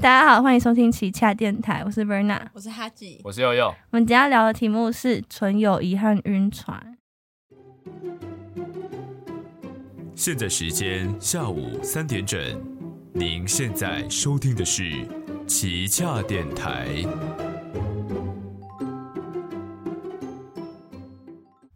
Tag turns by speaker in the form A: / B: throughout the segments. A: 大家好，欢迎收听奇恰电台，我是 Verna。
B: 我是哈吉，
C: 我是佑佑，
A: 我们今天要聊的题目是纯友谊和晕船。
D: 现在时间下午三点整，您现在收听的是旗下电台。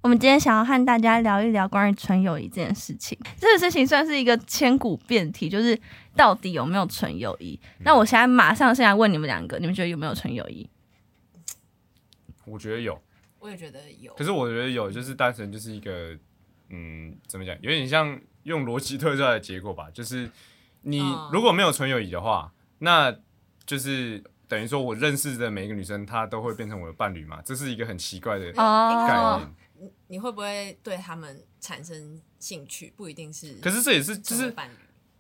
A: 我们今天想要和大家聊一聊关于纯友谊这件事情。这个事情算是一个千古辩题，就是到底有没有纯友谊？
C: 嗯
A: 那我现在马上现在问你们两个，你们觉得有没有纯友谊？
C: 我觉得有，
B: 我也觉得有
C: 可。是我觉得有就是单纯就是一个，嗯，怎么讲，有点像用逻辑推出来的结果吧，就是你
B: 嗯
C: 如果没有纯友谊的话，那就是等于说我认识的每一个女生，她都会变成我的伴侣嘛，这是一个很奇怪的概
A: 哦
C: 念。
B: 你你会不会对他们产生兴趣？不一定是，
C: 可是这也是就是
B: 伴侣。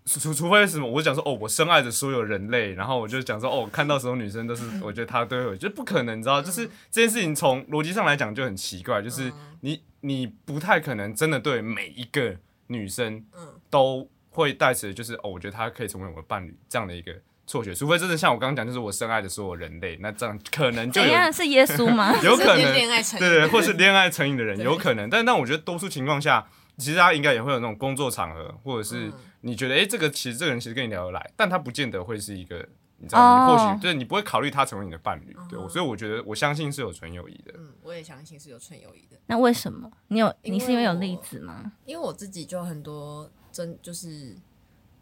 C: 除除非是什么，我讲说哦，我深爱着所有人类，然后我就讲说哦，我看到所有女生都是， 我觉得她对我就不可能，你知道，就是这件事情从逻辑上来讲就很奇怪，就是你你不太可能真的对每一个女生
B: 嗯
C: 都会带着就是哦，我觉得她可以成为我的伴侣这样的一个错觉，除非真的像我刚刚讲，就是我深爱着所有人类，那这样可能就
A: 怎
C: 有
A: 样是耶稣吗？
C: 有可
B: 直接
C: 能
B: 恋爱成瘾
C: 对对，或是恋爱成瘾的人
B: 对
C: 有可能，但但我觉得多数情况下，其实他应该也会有那种工作场合，或者是
B: 嗯
C: 你觉得哎、诶这个其实这个人其实跟你聊得来，但他不见得会是一个，你知
A: 哦
C: 道，你或许就是你不会考虑他成为你的伴侣，
B: 哦
C: 对，我所以我觉得我相信是有纯友谊的，
B: 嗯，我也相信是有纯友谊的，
A: 那为什么？你有
B: 因
A: 你
B: 为
A: 是因为有
B: 我
A: 例子吗？
B: 因为我自己就很多真就是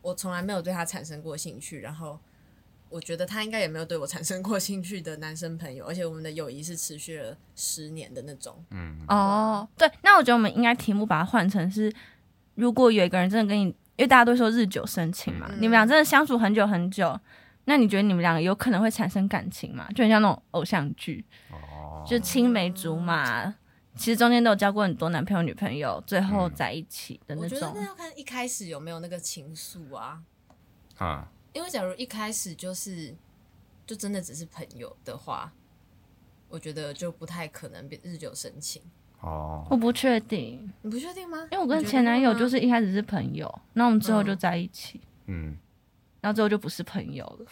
B: 我从来没有对他产生过兴趣，然后我觉得他应该也没有对我产生过兴趣的男生朋友，而且我们的友谊是持续了十年的那种。
C: 嗯，
A: 哦，对，那我觉得我们应该题目把它换成是，如果有一个人真的跟你，因为大家都说日久生情嘛，
B: 嗯
A: 你们俩真的相处很久很久，那你觉得你们两个有可能会产生感情吗？就很像那种偶像剧，
C: 哦，
A: 就青梅竹马，其实中间都有交过很多男朋友、女朋友，最后在一起的
B: 我
A: 那
B: 觉得
A: 种。
B: 那要看一开始有没有那个情愫啊。
C: 啊，
B: 因为假如一开始就是就真的只是朋友的话，我觉得就不太可能变日久生情。
C: 哦，
A: 我不确定，
B: 你不确定吗？
A: 因为我跟
B: 你觉得
A: 前男友
B: 吗啊
A: 就是一开始是朋友，那我们之后
B: 嗯
A: 就在一起，
C: 嗯，
A: 然后之后就不是朋友了。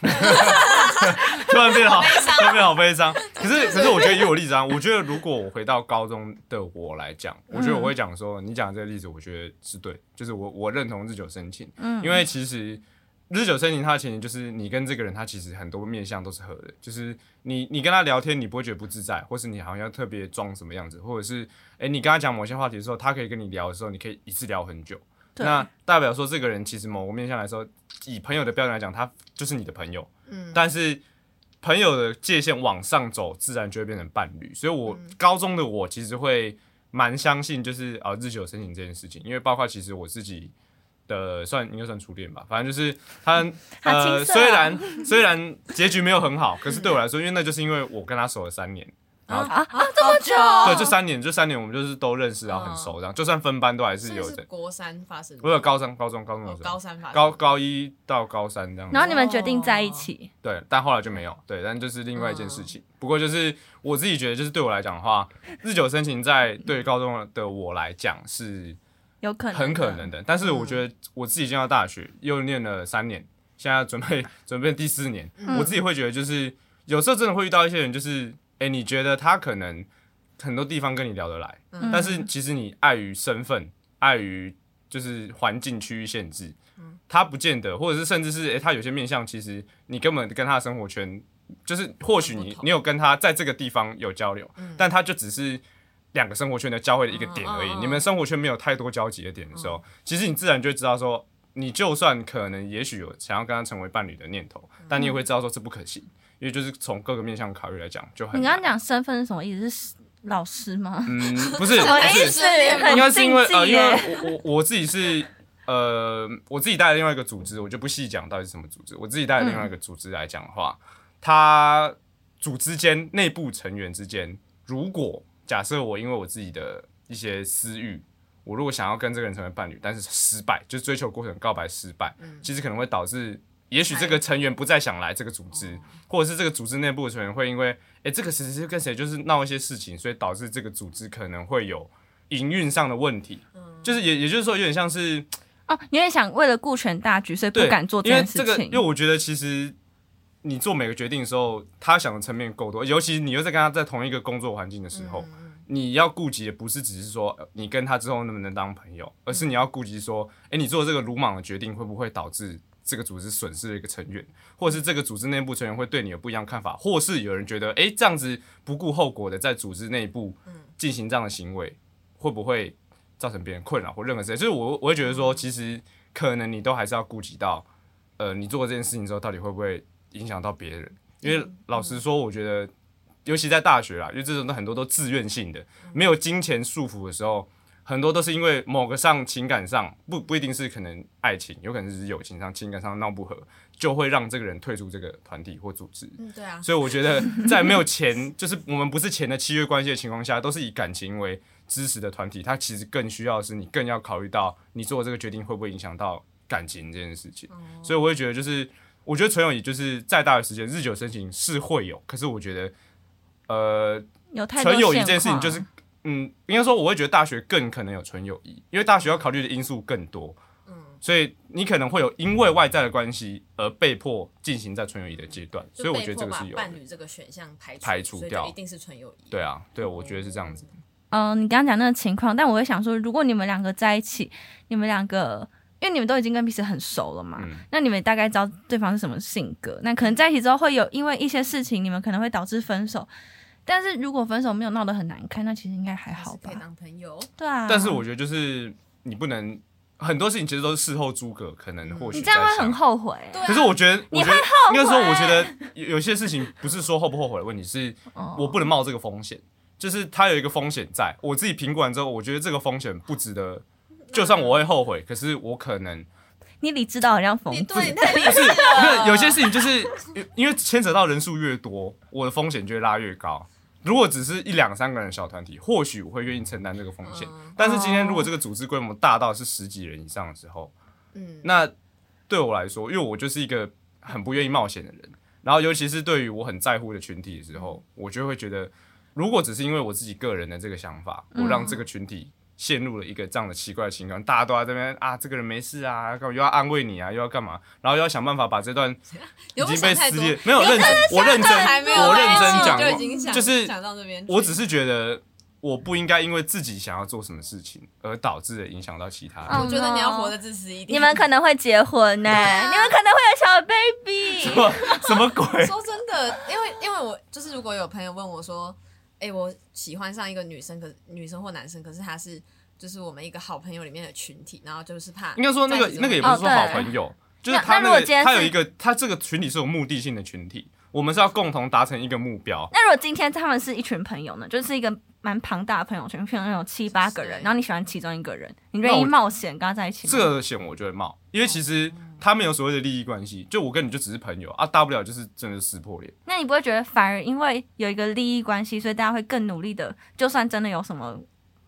C: 突然变得好，突然变得好悲啊伤。可是，可是我觉得以我例子啊，我觉得如果我回到高中的我来讲，我觉得我会讲说，你讲的这个例子，我觉得是对，就是我我认同日久生情，
A: 嗯
C: 因为其实日久生情，它的前提就是你跟这个人，他其实很多面相都是合的，就是你你跟他聊天，你不会觉得不自在，或是你好像要特别装什么样子，或者是诶，你跟他讲某些话题的时候，他可以跟你聊的时候，你可以一次聊很久。
A: 对
C: 那代表说，这个人其实某个面相来说，以朋友的标准来讲，他就是你的朋友。
B: 嗯，
C: 但是朋友的界限往上走，自然就会变成伴侣。所以我高中的我其实会蛮相信，就是啊、呃日久生情这件事情，因为包括其实我自己的算应该算初恋吧，反正就是
A: 好
C: 他
A: 青
C: 呃，
A: 涩
C: 虽然虽然结局没有很好，可是对我来说，因为那就是因为我跟他熟了三年。
A: 啊，哦
B: 啊，这么久，
C: 对，这三年，这三年我们就是都认识，然后很熟，这样就算分班都还是有
B: 哦是
C: 的。
B: 国三发生的，
C: 我有高三、高中、高中的
B: 哦
C: 时
B: 高
C: 候，
B: 三发生的
C: 高高一到高三这样子。
A: 啊然后你们决定在一起，
C: 对，但后来就没有，对，但就是另外一件事
A: 哦
C: 情。不过就是我自己觉得，就是对我来讲的话，日久生情在对高中的我来讲是
A: 有可能
C: 很可
A: 的嗯
C: 能的。但是我觉得我自己进到大学又念了三年，现在准备准备第四年，
A: 嗯
C: 我自己会觉得就是有时候真的会遇到一些人，就是诶，你觉得他可能很多地方跟你聊得来，
B: 嗯
C: 但是其实你碍于身份，碍于就是环境区域限制，
B: 嗯
C: 他不见得，或者是甚至是诶，他有些面向，其实你根本跟他的生活圈，就是或许
B: 很
C: 你
B: 不同嗯
C: 你有跟他在这个地方有交流，但他就只是两个生活圈的交汇的一个点而已，
B: 嗯嗯嗯嗯
C: 你们生活圈没有太多交集的点的时候，其实你自然就会知道说。你就算可能也许有想要跟他成为伴侣的念头，
B: 嗯
C: 但你也会知道说这不可行，因为就是从各个面向考虑来讲就很
A: 你刚
C: 难。
A: 刚讲身份是什么意思？是老师吗？ 哦
C: 嗯，不是，
B: 什么
C: 不
B: 意
C: 是
B: 思
C: 应该是因为
A: 很
C: 呃，
A: 禁忌
C: 因
A: 耶
C: 为我我我自己是呃，我自己带的另外一个组织，我就不细讲到底是什么组织。我自己带的另外一个组织来讲的话，它组织间内部成员之间，如果假设我因为我自己的一些私欲。我如果想要跟这个人成为伴侣，但是失败，就是追求过程告白失败，其实可能会导致，也许这个成员不再想来这个组织，或者是这个组织内部的成员会因为，诶、这个谁谁谁跟谁就是闹一些事情，所以导致这个组织可能会有营运上的问题，就是也也就是说，有点像是
A: 哦，有点想为了顾全大局，所以不
C: 对，
A: 敢做这
C: 因为
A: 件
C: 这
A: 事
C: 个，
A: 情
C: 因为。我觉得其实你做每个决定的时候，他想的层面够多，尤其你又在跟他在同一个工作环境的时候，你要顾及的不是只是说呃你跟他之后能不能当朋友，而是你要顾及说，诶，你做这个鲁莽的决定会不会导致这个组织损失了一个成员，或者是这个组织内部成员会对你有不一样看法，或是有人觉得，诶，这样子不顾后果的在组织内部进行这样的行为，会不会造成别人困扰或任何事情？就是我我会觉得说，其实可能你都还是要顾及到，呃，你做这件事情之后到底会不会影响到别人？因为老实说，我觉得尤其在大学啦，因为这种都很多都自愿性的，没有金钱束缚的时候，很多都是因为某个上情感上不不一定是可能爱情，有可能是友情上、情感上闹不和，就会让这个人退出这个团体或组织。
B: 嗯，对啊，
C: 所以我觉得，在没有钱，就是我们不是钱的契约关系的情况下，都是以感情为支持的团体，它其实更需要的是你更要考虑到你做的这个决定会不会影响到感情这件事
A: 哦
C: 情。所以我会觉得，就是我觉得纯友谊就是再大的时间，日久生情是会有，可是我觉得，呃，
A: 有太多
C: 纯友谊这
A: 现
C: 件事情
A: 况啊
C: 就是，嗯，应该说我会觉得大学更可能有纯友谊，因为大学要考虑的因素更多。
A: 嗯
C: 所以你可能会有因为外在的关系而被迫进行在纯友谊的阶段，所以
B: 就
C: 我
B: 被
C: 觉得这
B: 迫
C: 个
B: 把
C: 是有的
B: 伴侣这个选项排除
C: 排除
B: 所以就
C: 掉
B: 一定是纯友谊。
C: 对啊，对，我觉得是这样子。
A: 嗯、你刚刚讲那个情况，但我会想说，如果你们两个在一起，你们两个，因为你们都已经跟彼此很熟了嘛，
C: 嗯
A: 那你们大概知道对方是什么性格，那可能在一起之后会有因为一些事情，你们可能会导致分手。但是如果分手没有闹得很难看，那其实应该还
B: 还
A: 好
B: 是
A: 吧
B: 可以？当朋友。哦
A: 对啊。
C: 但是我觉得就是你不能很多事情其实都是事后诸葛，可能或许
A: 你这样
C: 再
A: 会
C: 想
A: 很。后悔、
B: 对啊
C: 可是我觉得，
A: 你
C: 我觉得应该说，我觉得有有些事情不是说后不后悔的问题，是
A: 欸哦
C: 我不能冒这个风险，就是它有一个风险在。我自己评估完之后，我觉得这个风险不值得。就算我会后悔，可是我可能
A: 你理智到好像疯
B: 你
A: 子，
B: 对，你太 厉
C: 不是
B: 害
C: 没
B: 了。
C: 有有些事情，就是因为牵扯到人数越多，我的风险就会拉越高。如果只是一两三个人的小团体，或许我会愿意承担这个风险。
B: 嗯
C: 但是今天如果这个组织规模大到是十几人以上的时候，
B: 嗯，
C: 那对我来说，因为我就是一个很不愿意冒险的人，然后尤其是对于我很在乎的群体的时候，我就会觉得，如果只是因为我自己个人的这个想法，我让
B: 嗯
C: 这个群体陷入了一个这样的奇怪的情况，大家都在这边啊，这个人没事啊，干嘛又要安慰你啊，又要干嘛，然后又要想办法把这段已
B: 有没有
C: 经被
B: 想太
C: 撕
B: 多？
C: 裂，没有认真，我认真，
B: 还没有
C: 我认
B: 开
C: 真
B: 始
C: 讲
B: 就已
C: 过，
B: 经想
C: 就是
B: 想到这边去，
C: 我只是觉得。我不应该因为自己想要做什么事情而导致的影响到其他人。
B: 我觉得你要活得自私一点。
A: 你们可能会结婚呢、你们可能会有小 baby。
C: 什么鬼？
B: 说真的，因为因为我就是如果有朋友问我说，哎、我喜欢上一个女生，可是女生或男生，可是他是就是我们一个好朋友里面的群体，然后就是怕
C: 应该说那个
B: 在其中
C: 那个也不是说好
A: 哦对
C: 朋友，就是他
A: 那如
C: 个
A: 果今天
C: 他有
A: 是
C: 一个他这个群体是有目的性的群体，我们是要共同达成一个目标。
A: 那如果今天他们是一群朋友呢，就是一个蛮庞大的朋友圈，可能有七八个人，
B: 是
A: 然后你喜欢其中一个人，你愿
C: 那
A: 意
C: 我
A: 冒险跟他在一起吗？
C: 这个险我就会冒，因为其实他没有所谓的利益关系，就我跟你就只是朋友啊，大不了就是真的撕破脸。
A: 那你不会觉得反而因为有一个利益关系，所以大家会更努力的，就算真的有什么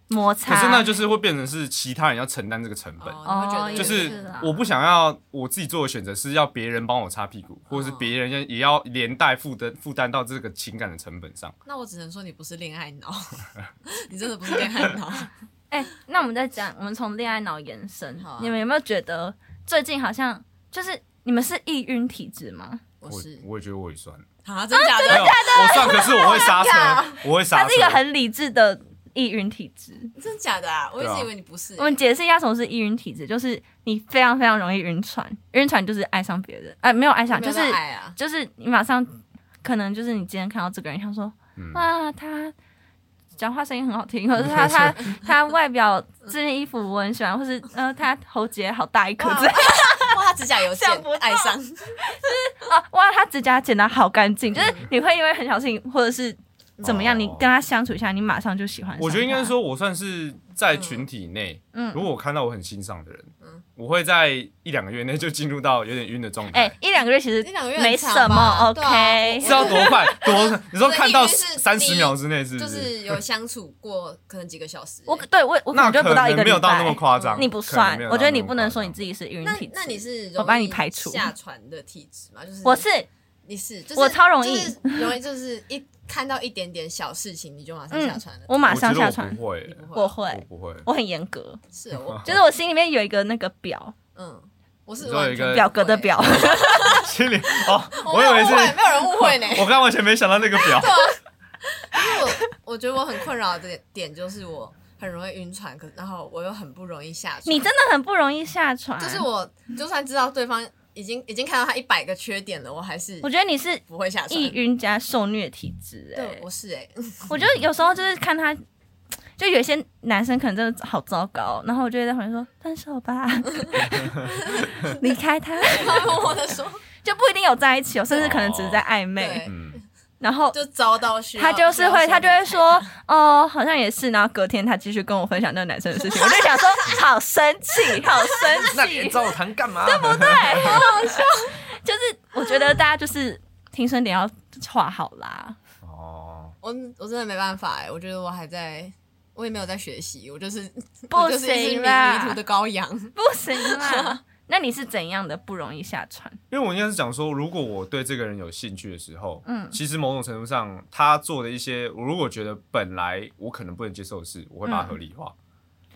A: 摩擦，
C: 可是那就是会变成是其他人要承担这个成本，
B: 哦，你会觉
A: 啊哦，
B: 得
A: 也
C: 就是是
A: 啦
C: 我不想要我自己做的选择是要别人帮我擦屁股，或者是
A: 哦
C: 别人也要连带负担负担到这个情感的成本上。
B: 那我只能说你不是恋爱脑， 你真的不是恋爱脑。
A: 哎、那我们再讲，我们从恋爱脑延伸，
B: 好啊
A: 你们有没有觉得最近好像就是你们是易晕体质吗？
B: 我
C: 我
B: 是
C: 我也觉得我也算，
B: 啊，真的假
C: 没
B: 的？
C: 有我算，可是我会刹车，我会刹
A: 它
C: 车。
A: 是一个很理智的易晕体质。
B: 真的假的啊？我一
C: 对啊
B: 直以为你不是、
A: 我们解释一下什么是易晕体质，就是你非常非常容易晕船，晕船就是爱上别人，哎、没有爱上，
B: 没
A: 就
B: 有
A: 是
B: 到爱啊，
A: 就是你马上可能就是你今天看到这个人，想说，
C: 嗯
A: 哇，他讲话声音很好 听，或者是他他他外表这件衣服我很喜欢，或是呃他喉结好大一颗
B: 哇
A: 之类的，
B: 哇，他指甲有剪
A: 想不到，
B: 爱上，
A: 哦哇，他指甲剪得好干净，就是你会因为很小事情或者是怎么样，
C: 嗯哦
A: 你跟他相处一下，你马上就喜欢上他。
C: 我觉得应该说，我算是在群体内，
A: 嗯
C: 如果我看到我很欣赏的人，
E: 嗯
C: 我会在一两个月内就进入到有点晕的状态。
A: 哎、一两个月其实
B: 一两个月很
A: 没
B: 长
A: 什么
B: 吧对啊
A: ，OK
C: 知。道多快多？你说看到
B: 所以一晕是
C: 三十
B: 你
C: 秒之内是不？
B: 就是是有相处过可能几个小时、欸
A: 我对我我
C: 那
A: 感觉
C: 可
A: 不到一
C: 能
A: 个
C: 没
A: 礼
C: 有到那
A: 拜，
C: 么
A: 欸
C: 夸张，
A: 你不
C: 可能
A: 算
C: 没有，到
A: 我觉得
C: 那
A: 你
C: 么
A: 不能
C: 夸
A: 说
C: 张
A: 你自己是晕
B: 那
A: 体质。
B: 那你是
A: 我帮你
B: 容易
A: 排除
B: 下船的体质吗？就是
A: 我是
B: 你是，就是、
A: 我超容易
B: 就是容易就是一看到一点点小事情你就马上下船了。
A: 嗯我马上下船，
C: 我觉
B: 你
C: 得
B: 不
A: 我
B: 会，
A: 会
C: 我不会，我不会。
A: 我很严格，
B: 是哦我
A: 就是我心里面有一个那个表，
B: 嗯，我
C: 你
B: 是
C: 说有
B: 完
C: 一
B: 全
C: 个
A: 表格的表，
C: 心里哦，
B: 不
C: 我
B: 会，
C: 以
B: 我
C: 为
B: 没有
C: 是，
B: 误会，没有人误会呢。
C: 我刚完全没想到那个表。
B: 我我觉得我很困扰的点就是我很容易晕船，可然后我又很不容易下船。
A: 你真的很不容易下船。
B: 就是，我就算知道对方已经已经看到他一百个缺点了，我还是
A: 我觉得你是
B: 不会下船
A: 易。晕加受虐体质、哎
B: 对，，我是 哎、
A: 我觉得有时候就是看他，就有些男生可能真的好糟糕，然后我就会在旁边说分手 吧，离开他，
B: 他默默的说，
A: 就不一定有在一起哦，甚至可能只是在暧昧，
B: 对，
C: 嗯，
A: 然后
B: 就遭到
C: 啊
B: 需要
A: 他就是会，
B: 需要
A: 他就会说，哦，好像也是。然后隔天他继续跟我分享那个男生的事情，我就想说，好生气，好
E: 那
A: 生
E: 你
A: 气，
E: 找我谈干嘛？
A: 就是我觉得大家就是听声点要画好啦。
E: 哦，
B: 我我真的没办法哎、我觉得我还在，我也没有在学习，我就是
A: 不
B: 我就是一只
A: 行
B: 迷
A: 啦
B: 迷途的羔羊。
A: 不行 啦，那你是怎样的不容易下船？
C: 因为我应该是讲说，如果我对这个人有兴趣的时候，
A: 嗯
C: 嗯，其实某种程度上，他做的一些，我如果觉得本来我可能不能接受的事，我会把它合理化，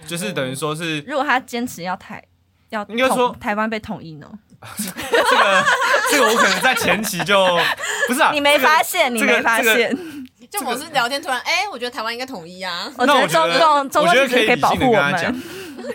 A: 嗯
C: 就是等于说是
A: 如果他坚持要台要
C: 应该说
A: 统台湾被统一呢？
C: 这个 这个我可能在前期就 不是啊，
A: 你没发现，你
C: 这个
A: 没发
C: 这个
A: 现？
B: 就我是聊天突然，哎、我觉得台湾应该统一啊。
A: 我觉
C: 那
A: 得
C: 我觉得
A: 中共中
C: 我
A: 共其
C: 觉得可
A: 实
C: 以
A: 可以
C: 理
A: 保
C: 性的
A: 护
C: 跟
A: 我
C: 他讲
A: 们，，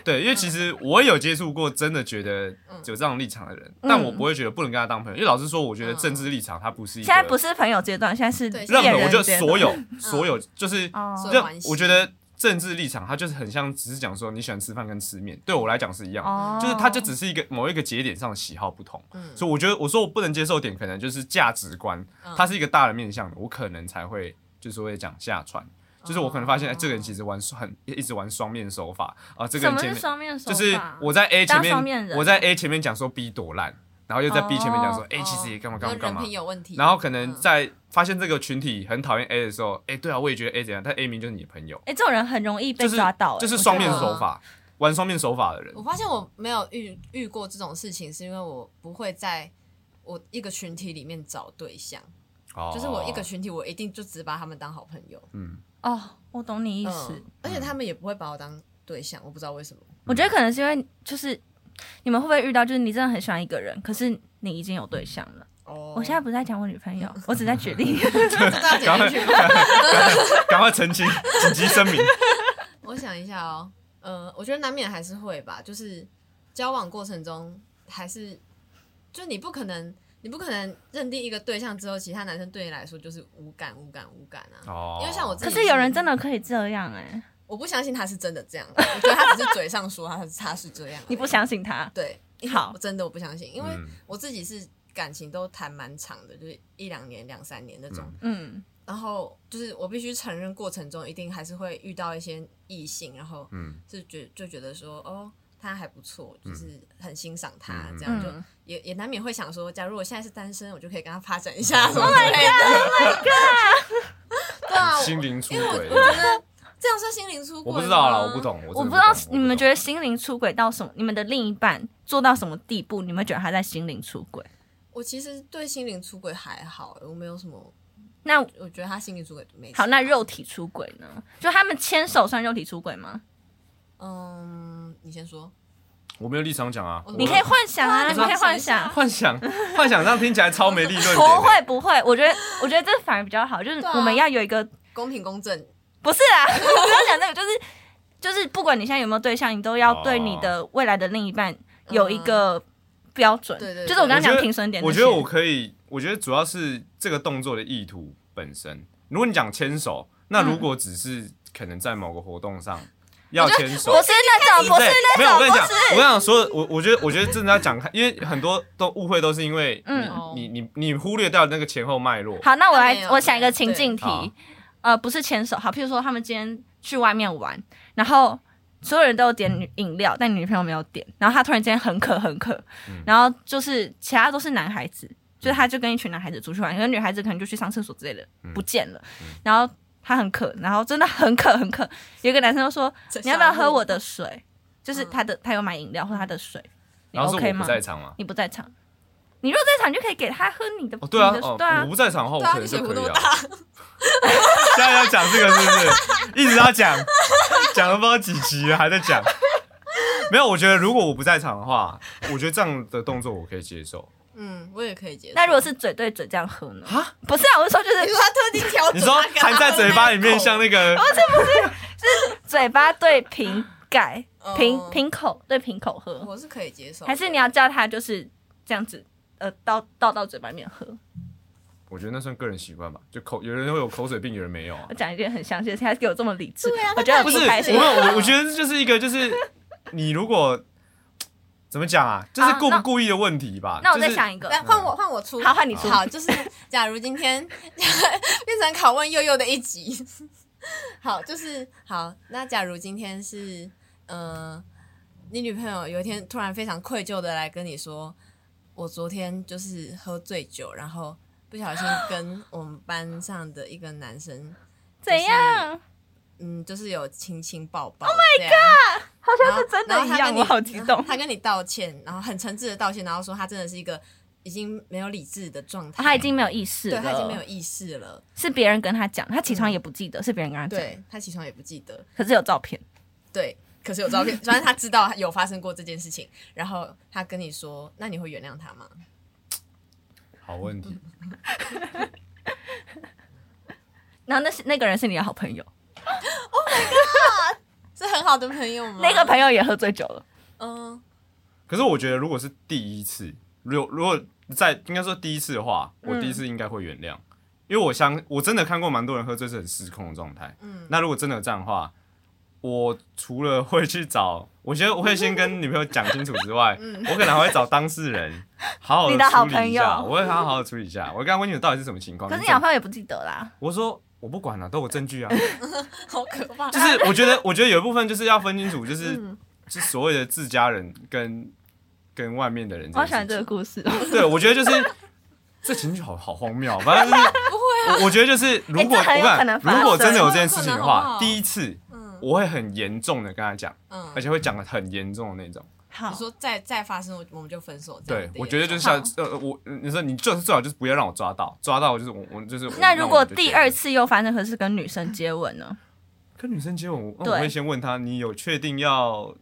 C: 对，因为其实我也有接触过真的觉得有这样立场的人，
A: 嗯
C: 但我不会觉得不能跟他当朋友，因为老实说，我觉得政治立场它不是一个
A: 现在不是朋友阶段，现在是
B: 对
C: 任
A: 恋
C: 何，我
A: 人嗯
C: 就
A: 阶段
C: 所有所有就是
A: 哦
B: 所有
C: 任
B: 关系
C: 我觉得政治立场它就是很像只是讲说你喜欢吃饭跟吃面，对我来讲是一样的，
A: 哦
C: 就是它就只是一个某一个节点上的喜好不同，
B: 嗯
C: 所以我觉得我说我不能接受点可能就是价值观，
B: 嗯
C: 它是一个大的面向的，我可能才会就是会讲下船。
A: 哦
C: 就是我可能发现，哎、这个人其实玩很一直玩双面手法啊、这
A: 什
C: 个人
A: 么
C: 前
A: 是
C: 面
A: 双面手
C: 就
A: 法？
C: 是我在 A 前
A: 当双面
C: 面，
A: 人
C: 我在 A 前面讲说 B 多烂，然后又在 B 前面讲说
A: 哦
C: A 其实也干嘛干嘛
B: 然后
C: 干
B: 人
C: 嘛，
B: 品有问题，
C: 然后可能
B: 嗯
C: 在发现这个群体很讨厌 A 的时候，哎、对啊，我也觉得 A 怎样，但 A 明就是你的朋友，
A: 哎、这种人很容易被
C: 就是
A: 抓
B: 哦
A: 到、
C: 就是
A: 哎
C: 双面
A: 我觉得
C: 手法，玩双面手法的人
B: 我，发现我没有遇遇过这种事情，是因为我不会在我一个群体里面找对象，
C: 哦
B: 就是我一 个群体，我一定就只把他们当好朋友。
C: 嗯，
A: 哦，我懂你意思。
B: 嗯，而且他们也不会把我当对象，我不知道为什么。
A: 我觉得可能是因为就是你们会不会遇到，就是你真的很喜欢一个人，可是你已经有对象了。
B: 哦
A: 我现在不是在讲我女朋友，我只在举 例。
B: 在大家剪进去吗。
C: 赶快澄清，紧急 声明，
B: 我想一下哦，呃，我觉得难免还是会吧，就是交往过程中还是，就你不可能，你不可能认定一个对象之后，其他男生对你来说就是无感、无感、无感啊。
C: 哦
B: 因为像我自
A: 可
B: 己，
A: 是有人真的可以这样哎、
B: 我不相信他是真的这样，我觉得他只是嘴上说他是他是这样而已，
A: 你不相信他？
B: 对，
A: 好
B: 我真的我不相信，因为
C: 嗯
B: 我自己是感情都谈蛮长的，就是一两年、两三年那种。
C: 嗯
A: 嗯，
B: 然后就是我必须承认，过程中一定还是会遇到一些异性，然后
C: 嗯
B: 是觉就觉得说，哦，他还不错，就是很欣赏他，
C: 嗯
B: 这样就
A: 嗯，
B: 也也难免会想说，假如我现在是单身，我就可以跟他发展一下
C: 嗯
B: 什么之类的。Oh my god！对 啊，我
C: 心灵出
B: 因为我
C: 轨，
B: 我觉得这样算心灵出轨
C: 我
B: 吗
C: 不知道啦，我不。懂，我
A: 我
C: 真的
A: 不
C: 不
A: 知道
C: 懂
A: 你们觉得心灵出轨到什么，你们的另一半做到什么地步，你们觉得他在心灵出轨？
B: 我其实对心灵出轨还好，我没有什么，
A: 那
B: 我觉得他心灵出轨没什么
A: 好，那肉体出轨呢？就他们牵手算肉体出轨吗？
B: 嗯，你先说。
C: 我没有立场讲啊，
B: 我
A: 你可以幻想啊，你
B: 对啊
A: 可以幻
B: 我
A: 想。
C: 幻想幻想这样听起来超没立 论点
A: 不
C: 的，
A: 会不会，我觉得我觉得这反而比较好，就是
B: 对啊
A: 我们要有一个
B: 公平公正，
A: 不是啊， 我不要讲这个，就是就是不管你现在有没有对象，你都要对你的未来的另一半有一个标准。
B: 嗯对对对
A: 就是我刚刚
C: 我觉
A: 讲
C: 得
A: 评审点那
C: 我
A: 些，
C: 觉得我可以，我觉得主要是这个动作的意图本身。如果你讲牵手，那
A: 嗯
C: 如果只是可能在某个活动上要牵手，
A: 不是那种，不是
C: 对没有，
A: 那种，
C: 我跟
A: 不
C: 你讲，我跟
A: 是。
C: 你讲，所有我我觉得，我觉得真的要讲开，因为很多都误会都是因为
A: 嗯
C: 你你你你忽略掉那个前后脉络。
A: 好，那我
B: 没
A: 来
B: 有
A: 我想一个情境
C: 好
A: 题，呃，不是牵手，好，譬如说他们今天去外面玩，然后。所有人都有点女饮料，但你女朋友没有点。然后她突然间很渴很渴，
C: 嗯
A: 然后就是其他都是男孩子，就是她就跟一群男孩子出去玩，可能女孩子可能就去上厕所之类的，
C: 嗯
A: 不见了。然后她很渴，然后真的很渴很渴。有一个男生就说：“你要不要喝我的水？
B: 嗯
A: 就是他的，他有买饮料或他的水，你
C: 然后是
A: OK
C: 我不
A: 吗？
C: 在场嘛？
A: 你不在场，你如果在场，你就可以给他喝你的。
C: 哦，对啊
A: 你，的
C: 哦
A: 对，啊
C: 我，不在场的话，我
B: 对啊
C: 可能就可
B: 你
C: 以
B: 水壶
C: 啊
B: 那么。
C: 现在要讲这个是不是？一直要讲，讲了不知道几集了，还在讲。没有，我觉得如果我不在场的话，我觉得这样的动作我可以接受。
B: 嗯，我也可以接受。
A: 那如果是嘴对嘴这样喝呢？啊，不是啊，我是说就
B: 你
A: 是
B: 说他特地调，
C: 你说含在嘴巴里面像那个，
A: 嘴巴对瓶盖、
B: 哦
A: 瓶瓶口对瓶口喝，
B: 我是可以接受的，
A: 还是你要叫他就是这样子，呃，倒倒到嘴巴里面喝。
C: 我觉得那算个人习惯吧。就口有人会有口水病，有 人没有啊
A: 我。讲一件很详细的事，他给我这么理智，
B: 对啊
A: 我觉得
B: 那
A: 很
C: 不是，我
A: 开心
B: 没。有
C: 我我觉得这就是一个就是你如果怎么讲啊，就是
A: 好
C: 故
A: 那
C: 不故意的问题吧。
A: 那我再
C: 就是
A: 想一个，
B: 来换我换我出，
A: 好换你出
B: 好，就是假如今天 变成拷问悠悠的一集， 好，就是好。那假如今天是呃，你女朋友有一天突然非常愧疚的来跟你说，我昨天就是喝醉酒，然后不小心跟我们班上的一个男生，
A: 怎样？
B: 嗯，就是有亲亲抱抱。Oh my god！
A: 好
B: 然
A: 像
B: 后
A: 是 真
B: 然
A: 的
B: 后
A: 一
B: 他
A: 样，
B: 跟你
A: 我好激动。
B: 他跟你道歉，然后很诚挚的道歉，然后说他真的是一个已经没有理智的状
A: 哦
B: 态，
A: 他已经没有意识了，
B: 对他已经没有意识了，
A: 是别人跟他讲，他起床也不记得，是别人跟他讲，
B: 对他起床也不记得，
A: 可是有照片。
B: 对，可是有照片，反正他知道有发生过这件事情，然后他跟你说，那你会原谅他吗？
C: 好问题，
A: 然后那是那个人是你的好朋友，
B: 是很好的朋友吗？
A: 那个朋友也喝醉酒了，
B: 嗯，
C: 可是我觉得如果是第一次，如果如果在应该说第一次的话，
A: 嗯
C: 我第一次应该会原谅，因为我相我真的看过蛮多人喝醉是很失控的状态。嗯，那如果真的有这样的话，我除了会去找，我觉得我会先跟女朋友讲清楚之外，我可能还会找当事人好好
A: 嗯你
C: 的
A: 的好
C: 处理一下，
A: 朋友
C: 我会好好的处理一下。我会跟他问你到底是什么情况，
A: 可是你
C: 怎么
A: 好朋友也不记得啦。
C: 我说我不管了、都有证据啊。
B: 好可怕，
C: 就是我觉得，我觉得有一部分就是要分清楚，就是、
A: 嗯
C: 是所谓的自家人跟跟外面的人。
A: 我好喜欢这个。故事，哦
C: 对，我觉得就是这情绪好好荒谬哦，反正就是不会啊。我觉得就是如果、
A: 哎这很有
C: 我
A: 可
C: 跟
A: 能
C: 你
A: 发
C: 讲
A: 生
C: 如果真的有这件事情的
B: 有可能好不
C: 话
B: 好，
C: 第一次
B: 嗯
C: 我会很严重的跟他讲，
B: 嗯
C: 而，且会讲的很严重的那种。
A: 好
B: 你，说再再发生，我我们就分手。这样
C: 对
B: 的，
C: 我觉得就是像呃我你说你就是最好就是不要让我抓到，抓到我就是我我就是我
A: 那如
C: 我
A: 果
C: 就
A: 第
C: 觉得
A: 二次又发生，可是跟女生接吻呢？
C: 跟女生接吻，我那
A: 对
C: 我会先问她你有确定要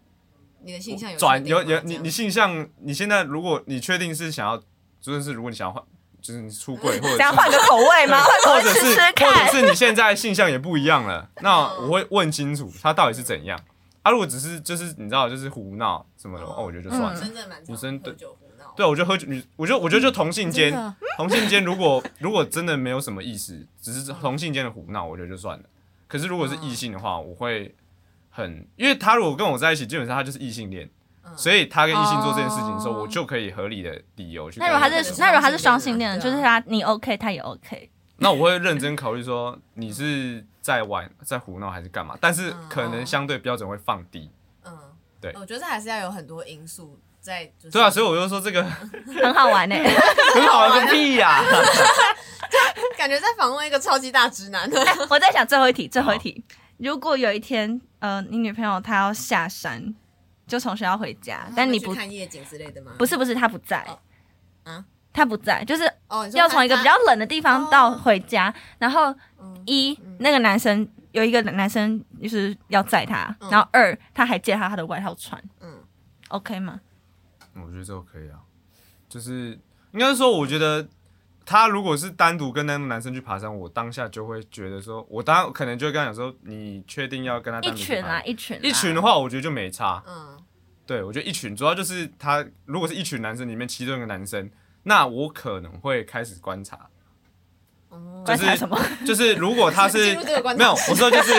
B: 你的形象有
C: 转
B: 有
C: 有有你你性向，你现在如果你确定是想要，就是如果你想要换，就是你出柜或者
A: 想要
C: 是
A: 换个口味吗？
C: 或
A: 换口
C: 者
A: 味试
C: 是
A: 试
C: 或者
A: 看。嗯
C: 是你现在性向也不一样了，那我会问清楚他到底是怎样。啊，如果只是就是你知道就是胡闹什么的，哦，我觉得就算
A: 嗯
C: 了。
B: 真的蛮常
C: 女生
B: 喝
C: 对
B: 酒胡闹，
C: 对，我觉得喝酒，你我觉得我觉得就同性间
B: 真的，
C: 同性间如果如果真的没有什么意思，只是同性间的胡闹，我觉得就算了。可是如果是异性的话，我会很，因为他如果跟我在一起，基本上他就是异性恋，
B: 嗯
C: 所以他跟异性做这件事情的时候，
A: 哦
C: 我就可以合理的理由去
A: 那
C: 跟
A: 如
C: 他
A: 果
C: 讲。
A: 他
B: 对
A: 是那如果他是双性恋呢，就
B: 对啊
A: 是他你 OK，他也 OK。
C: 那我会认真考虑说你是在玩、在胡闹还是干嘛，但是
A: 嗯
C: 可
A: 哦
C: 能相对标准会放低。
B: 嗯，
C: 对
B: 我觉得这还是要有很多因素在，就是
C: 对啊，所以我就 说这个
A: 很好 玩呢、
C: 很好玩个屁 呀、
B: 感觉在访问一个超级大直男的。
C: 啊
A: 我在想最后一题，最后一题，如果有一天，呃，你女朋友她要下山，就从学校回家，
C: 啊
A: 但你
B: 去
A: 不
B: 看夜景之类的吗？
A: 不是不是她不在
B: 哦，啊
A: 她不在，就是
B: 哦，你说
A: 要从一个
B: 他
A: 比较冷的地方到
B: 哦
A: 回家，然后
B: 嗯
A: 一那个男生有一个男生就是要载她，然后二他还借她她的外套穿
B: 嗯
A: ，OK 吗？
C: 我觉得这个可以啊，就是应该是说，我觉得他如果是单独跟那个男生去爬山，我当下就会觉得说，我当可能就会跟他讲说，你确定要跟他
A: 一
C: 单独去
A: 群
C: 爬
A: 啊，一群啊
C: 一群的哦话，我觉得就没差。
B: 嗯
C: 对我觉得一群主要就是他，如果是一群男生里面其中一个男生，那我可能会开始观察，
B: 哦
A: 观
C: 就
A: 察
C: 是
A: 什 么？
C: 就是如果他
B: 进
C: 是
B: 入这个观察
C: 没有，我说就是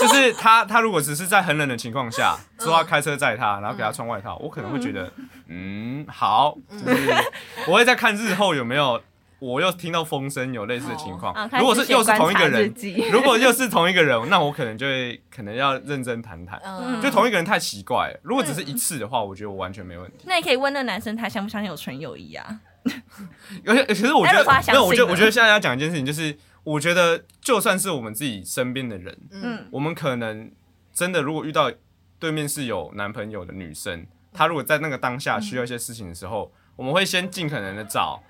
C: 就是他他如果只是在很冷的情况下，说他开车载他，然后给他穿外套，我可能会觉得嗯好，就是我会再看日后有没有我又听到风声有类似的情况
A: 啊，开始
C: 如果是
A: 写
C: 又是同一个
A: 观察日
C: 人
A: 记，
C: 如果又是同一个人，那我可能就会可能要认真谈谈。
B: 嗯，
C: 就同一个人太奇怪了，如果只是一次的话，我觉得我完全没问题。
A: 那你可以问那个男生他相不相信有纯友谊啊？
C: 而且，其实我觉
A: 但如果他
C: 得，
A: 相
C: 没有，
A: 信
C: 我觉得，
A: 呢
C: 我觉得现在要讲一件事情，就是我觉得，就算是我们自己身边的人，
A: 嗯，
C: 我们可能真的如果遇到对面是有男朋友的女生，她如果在那个当下需要一些事情的时候，我们会先尽可能的找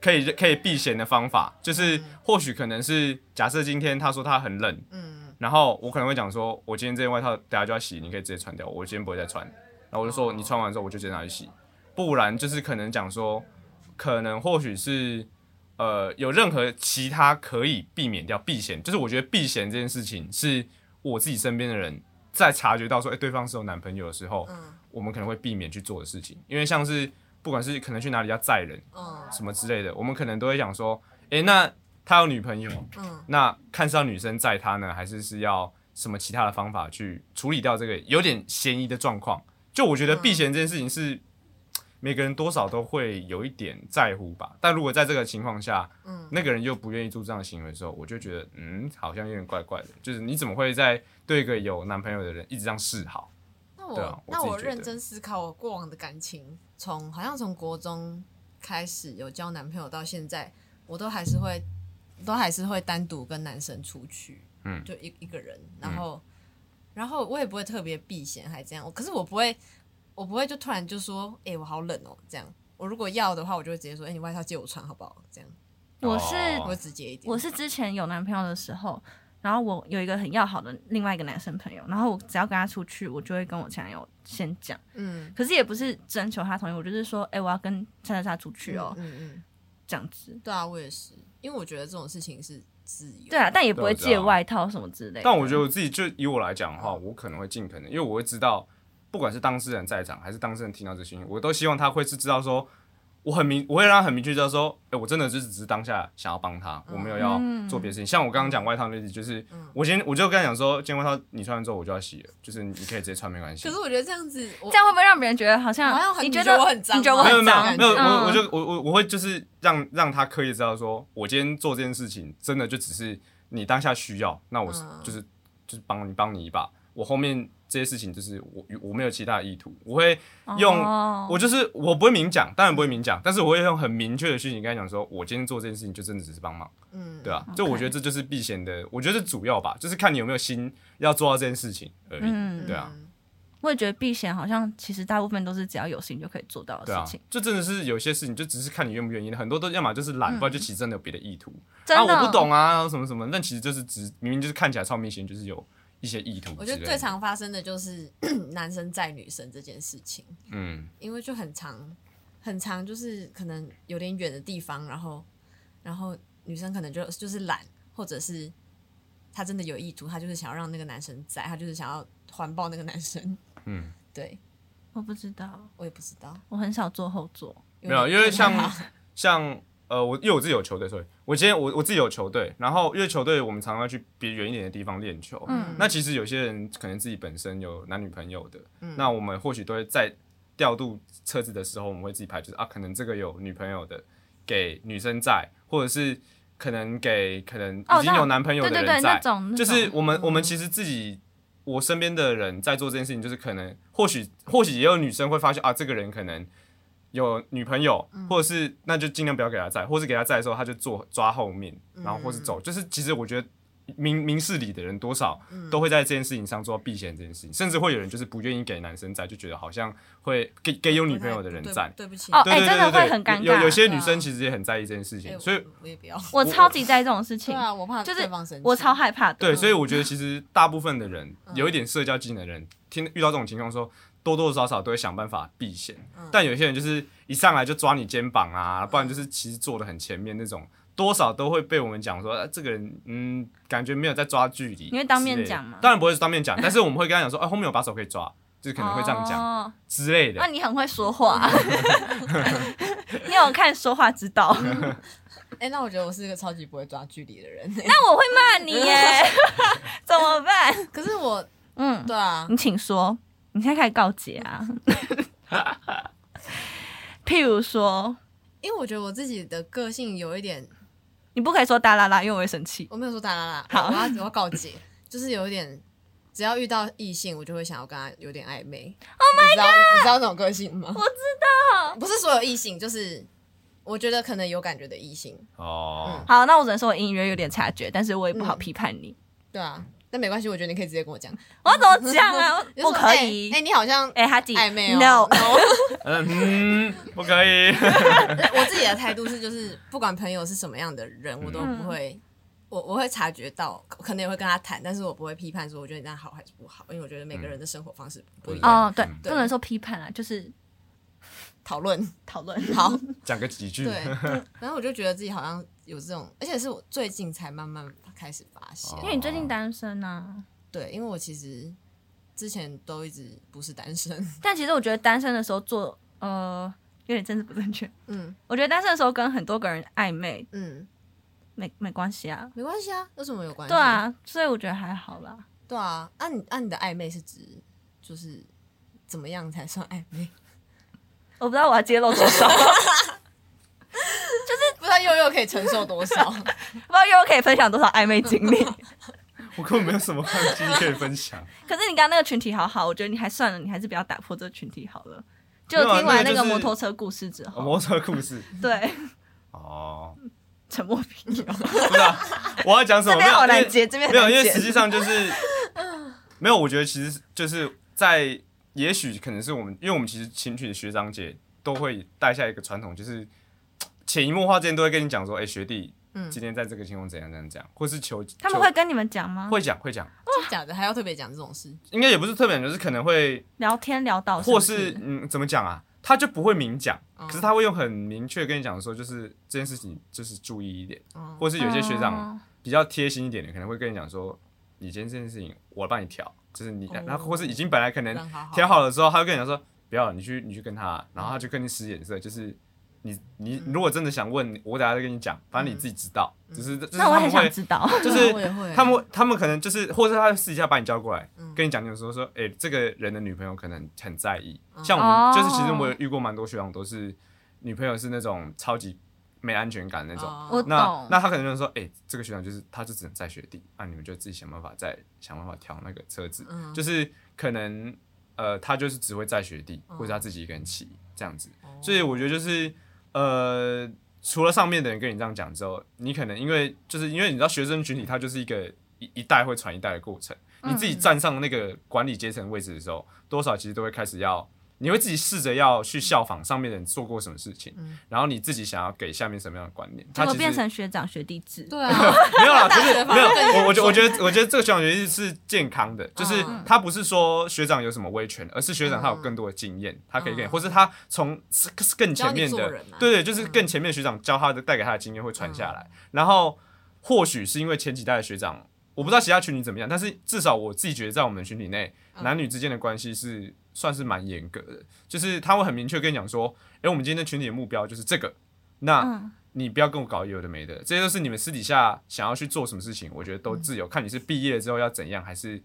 C: 可以可以避嫌的方法，就是或许可能是假设今天她说她很冷，
B: 嗯
C: 然后我可能会讲说，我今天这件外套等下就要洗，你可以直接穿掉，我今天不会再穿。然后我就说你穿完之后我就直接拿去洗，不然就是可能讲说，可能或许是呃有任何其他可以避免掉避嫌，就是我觉得避嫌这件事情是我自己身边的人在察觉到说，哎、对方是有男朋友的时候，
B: 嗯
C: 我们可能会避免去做的事情，因为像是不管是可能去哪里要载人
B: 嗯
C: 什么之类的，我们可能都会想说，哎、那他有女朋友，
B: 嗯
C: 那看是要女生载他呢，还是是要什么其他的方法去处理掉这个有点嫌疑的状况？就我觉
B: 嗯
C: 得避嫌这件事情是嘖每个人多少都会有一点在乎吧。但如果在这个情况下，
B: 嗯
C: 那个人又不愿意做这样的行为的时候，我就觉得嗯，好像有点怪怪的。就是你怎么会在对一个有男朋友的人一直这样示好？
B: 那
C: 对
B: 我、
C: 啊我
B: 那
C: 自己
B: 我
C: 觉
B: 认
C: 得
B: 真思考我过往的感情，从好像从国中开始有交男朋友到现在，我都还是会都还是会单独跟男生出去，
C: 嗯
B: 就一一个人，然后、然后我也不会特别避嫌还这样，我可是我不会我不会就突然就说，哎、我好冷哦、这样。我如果要的话，我就会直接说，哎、你外套借我穿好不好？这样
A: 我是
B: 我
C: 哦
B: 会直接一点。
A: 我是之前有男朋友的时候，然后我有一个很要好的另外一个男生朋友，然后我只要跟他出去，我就会跟我前男友先讲，
B: 嗯，
A: 可是也不是征求他同意，我就是说，哎、我要跟叉叉叉出去哦，
B: 嗯嗯嗯，
A: 这样子。
B: 对啊，我也是，因为我觉得这种事情是自由。
A: 对啊，但也不会
C: 对我知
A: 借
C: 道
A: 外套什么之类的。
C: 但我觉得我自己就以我来讲的话，我可能会尽可能，因为我会知道，不管是当事人在场还是当事人听到这讯息，我都希望他会是知道说，我很明，我会让他很明确知道说，哎、我真的就是只是当下想要帮他，我没有要做别的事情。像我刚刚讲外套的例子，就是我先我就跟他讲说，今天外套你穿完之后我就要洗了，就是你可以直接穿没关系
B: 可。是我觉得这样子，我
A: 这样会不会让别人觉得好像
B: 好像很
A: 你
B: 你
A: 觉
B: 觉
A: 得
B: 得我很脏
A: 你觉得我
B: 吗
C: 没有
A: 很
C: 没有
A: 脏？嗯
C: 没有，我我就我我我会就是让让他刻意知道说，我今天做这件事情真的就只是你当下需要，那我是
B: 嗯
C: 就是就是帮你帮你一把，我后面这些事情就是我我没有其他的意图，我会用
A: 哦
C: 我就是我不会明讲，当然不会明讲，但是我会用很明确的事情跟他讲说，我今天做这件事情就真的只是帮忙，
B: 嗯，
C: 对啊，就我觉得这就是避嫌的，我觉得是主要吧，就是看你有没有心要做到这件事情而已，
A: 嗯
C: 对啊。
A: 我也觉得避嫌好像其实大部分都是只要有心就可以做到
C: 对
A: 的
C: 啊
A: 事情，，
C: 就真的是有些事情就只是看你愿不愿意，很多都要么就是
A: 嗯
C: 懒，不然就其实真的有别的意图。
A: 真的
C: 啊，我不。懂啊，什么什么，但其实就是只明明就是看起来超明显，就是有一些意图之类的。
B: 我觉得最常发生的就是 男生载女生这件事情，
C: 嗯，
B: 因为就很长，很长，就是可能有点远的地方，然后然后女生可能就就是懒，或者是她真的有意图，她就是想要让那个男生载，她就是想要环抱那个男生。
C: 嗯，
B: 对
A: 我不知道，
B: 我也不知道，
A: 我很少坐后座。
C: 没有，
B: 点
C: 因为像
B: 害怕
C: 像呃，我因为我自己有球队，所以我今天我我自己有球队，然后因为球队我们常常要去别远一点的地方练球。
A: 嗯
C: 那其实有些人可能自己本身有男女朋友的，
A: 嗯
C: 那我们或许都会在调度车子的时候，我们会自己排，就是啊，可能这个有女朋友的给女生在，或者是可能给可能
A: 哦
C: 已经有男朋友的
A: 对对
C: 人
A: 对，
C: 在，
A: 那种那啊嗯
C: 就
A: 种
C: 是我们我们其实自己，我身边的人在做这件事情，就是可能或许或许也有女生会发现啊，这个人可能有女朋友，
A: 嗯
C: 或者是那就尽量不要给他载，或是给他载的时候他就坐抓后面，然
A: 嗯
C: 后或是走，就是其实我觉得。明明事理的人多少
A: 嗯
C: 都会在这件事情上做到避嫌这件事情，甚至会有人就是不愿意给男生载，就觉得好像会给给有女朋友的人
B: 对
C: 载。
B: 对不起，
A: 哦
C: 对
A: 哎
C: 对
A: 真的
C: 对对
A: 会很尴
C: 有有
A: 尬
C: 有些女
B: 对啊
C: 生其实也很在意这件事
B: 哎
C: 情，
B: 我
C: 所以
B: 我也不要。
A: 我超级在意这种事情
B: 对，啊，我怕
A: 就是
B: 对方生气，
A: 我超害怕的。
C: 对，所以我觉得其实大部分的人
A: 嗯
C: 有一点社交技能的人，听遇到这种情况的时候，多多少少都会想办法避嫌。
A: 嗯
C: 但有些人就是一上来就抓你肩膀啊，不然就是其实坐的很前面那种，多少都会被我们讲说，啊、这个人嗯，感觉没有在抓距离。
A: 你会当面讲吗
C: 当然不会当面讲，但是我们会跟他讲说，哎、后面有把手可以抓，就是可能会这样讲、
A: 哦
C: 之类
A: 那
C: 的。
A: 你很会说话， 你有看说话之道？
B: 哎、那我觉得我是一个超级不会抓距离的人。
A: 那我会骂你 耶，怎么办？
B: 可是我，
A: 嗯，
B: 对啊，
A: 你请说，你现在开始告解 啊。譬如说，
B: 因为我觉得我自己的个性有一点，
A: 你不可以说哒啦啦，因为我会生气。
B: 我没有说哒啦啦，
A: 好
B: 我要我要告解， 就是有一点，只要遇到异性，我就会想要跟他有点暧昧。Oh my god！你知道那种个性吗？
A: 我知道。
B: 不是所有异性，就是我觉得可能有感觉的异性，
C: 哦，
A: 好，那我只能说我隐约有点察觉，但是我也不好
B: 嗯
A: 批判你。
B: 对啊。但没关系，我觉得你可以直接跟我讲，？
A: 我要怎么讲啊
B: 就
A: 我
B: 说
A: 可以
B: 哎、。哎你好像
A: 哎，哈吉
B: 暧昧哦、
A: ，no，
C: 嗯，不可以。
B: 我自己的态度是，就是不管朋友是什么样的人，我都不会我我会察觉到，可能也会跟他谈，但是我不会批判说我觉得你这样好还是不好，因为我觉得每个人的生活方式不一样。
A: 哦，对，
B: 对
A: 不能说批判啊，就是
B: 讨论
A: 讨论。
B: 好，
C: 讲个几句，
B: 对，然后我就觉得自己好像有这种，而且是我最近才慢慢开始发现。
A: 因为你最近单身啊，
B: 对，因为我其实之前都一直不是单身，
A: 但其实我觉得单身的时候做，呃，有点政治不正确。
B: 嗯
A: 我觉得单身的时候跟很多个人暧昧
B: 嗯，
A: 没没关系啊，
B: 没关系啊，有什么有关系？
A: 对，啊，所以我觉得还好啦。
B: 对啊，按、你按、你的暧昧是指就是怎么样才算暧昧？
A: 我不知道我要揭露多少， 不知
B: 不知道佑佑可以承受多少？
A: 道悠悠可以分享多少暧昧经历。
C: 我根本没有什么话题可以分享。
A: 可是你刚刚那个群体好好，我觉得你还算了，你还是不要打破这个群体好了。就
C: 没有啊
A: 听完那
C: 那个就是
A: 个摩托车故事之后，
C: 摩托车故事
A: 对，
C: 哦，
A: 沉默平 友，
C: 不是啊，我要讲什么？
A: 这边好
C: 没有因
A: 难
C: 为
A: 接，这边
C: 没有，
A: 很
C: 因
A: 难
C: 为
A: 接
C: 实际上就是没有。我觉得其实就是在，也许可能是我们，因为我们其实情侣的学长姐都会带下一个传统，
A: 嗯
C: 就是潜移默化之间都会跟你讲说，哎、学弟，
B: 嗯
C: 今天在这个情况怎样怎样怎样，或是求
A: 他们
C: 求
A: 会跟你们讲吗？
C: 会讲会讲，
B: 真假的还要特别讲这种事？
C: 应该也不是特别，就是可能会，
A: 聊天聊到，
C: 或
A: 是
C: 是
A: 不是
C: 嗯，怎么讲啊？他就不会明讲，
B: 哦
C: 可是他会用很明确跟你讲说，就是这件事情就是注意一点，
B: 哦
C: 或是有些学长
A: 哦
C: 比较贴心一点的，可能会跟你讲说，你今天这件事情我帮你调，就是你，
B: 哦
C: 然后或是已经本来可能
B: 让他好
C: 调好了之后，他会跟你讲说，不要，你去你去跟他，然后他就跟你使眼色，就是你你如果真的想问，我等下再跟你讲，反正你自己知道，只是就是
A: 那我
C: 他
A: 很
C: 们
A: 想
C: 会
A: 知道，
C: 就是
B: 啊我也会
C: 他们他们可能就是，或者他私底下把你叫过来，跟你讲就是说说，哎、这个人的女朋友可能很在意，像我
A: 哦
C: 们就是其实我有遇过蛮多学长都是女朋友是那种超级没安全感那种。
B: 哦
A: 我
C: 那
A: 懂
C: 那他可能就说，哎、这个学长就是，他就只能载学弟，那、你们就自己想办法再想办法调那个车子，
B: 嗯
C: 就是可能呃，他就是只会载学
A: 嗯
C: 弟，或者他自己一个人骑这样子。
A: 哦
C: 所以我觉得就是呃，除了上面的人跟你这样讲之后，你可能因为就是因为你知道学生群体，它就是一个一一代会传一代的过程。
A: 嗯
C: 你自己站上那个管理阶层位置的时候，多少其实都会开始要，你会自己试着要去效仿上面的人做过什么事情，然后你自己想要给下面什么样的观念。
A: 结
C: 它
A: 果
C: 其
A: 嗯变
C: 实
A: 成学长学弟制，
B: 对啊，
C: 没有啦，不
B: 大学
C: 是
B: 反
C: 没
B: 而
C: 有
B: 更，
C: 我我觉我觉得我觉得这个学长学弟是健康的，就是
B: 嗯
C: 他不是说学长有什么威权，而是学长他有更多的经验，他可以给你，或是他从更前面
B: 嗯教你做
C: 的
B: 人啊，嗯
C: 对对，就是更前面的学长教他的带给他的经验会传下来，然后或许是因为前几代的学长。我不知道其他群体怎么样，但是至少我自己觉得，在我们群体内，
B: 嗯
C: 男女之间的关系是算是蛮严格的，就是他会很明确跟你讲说，诶、我们今天的群体的目标就是这个，那、
A: 嗯，
C: 你不要跟我搞有的没的，这些都是你们私底下想要去做什么事情，我觉得都自由，看你是毕业之后要怎样，还是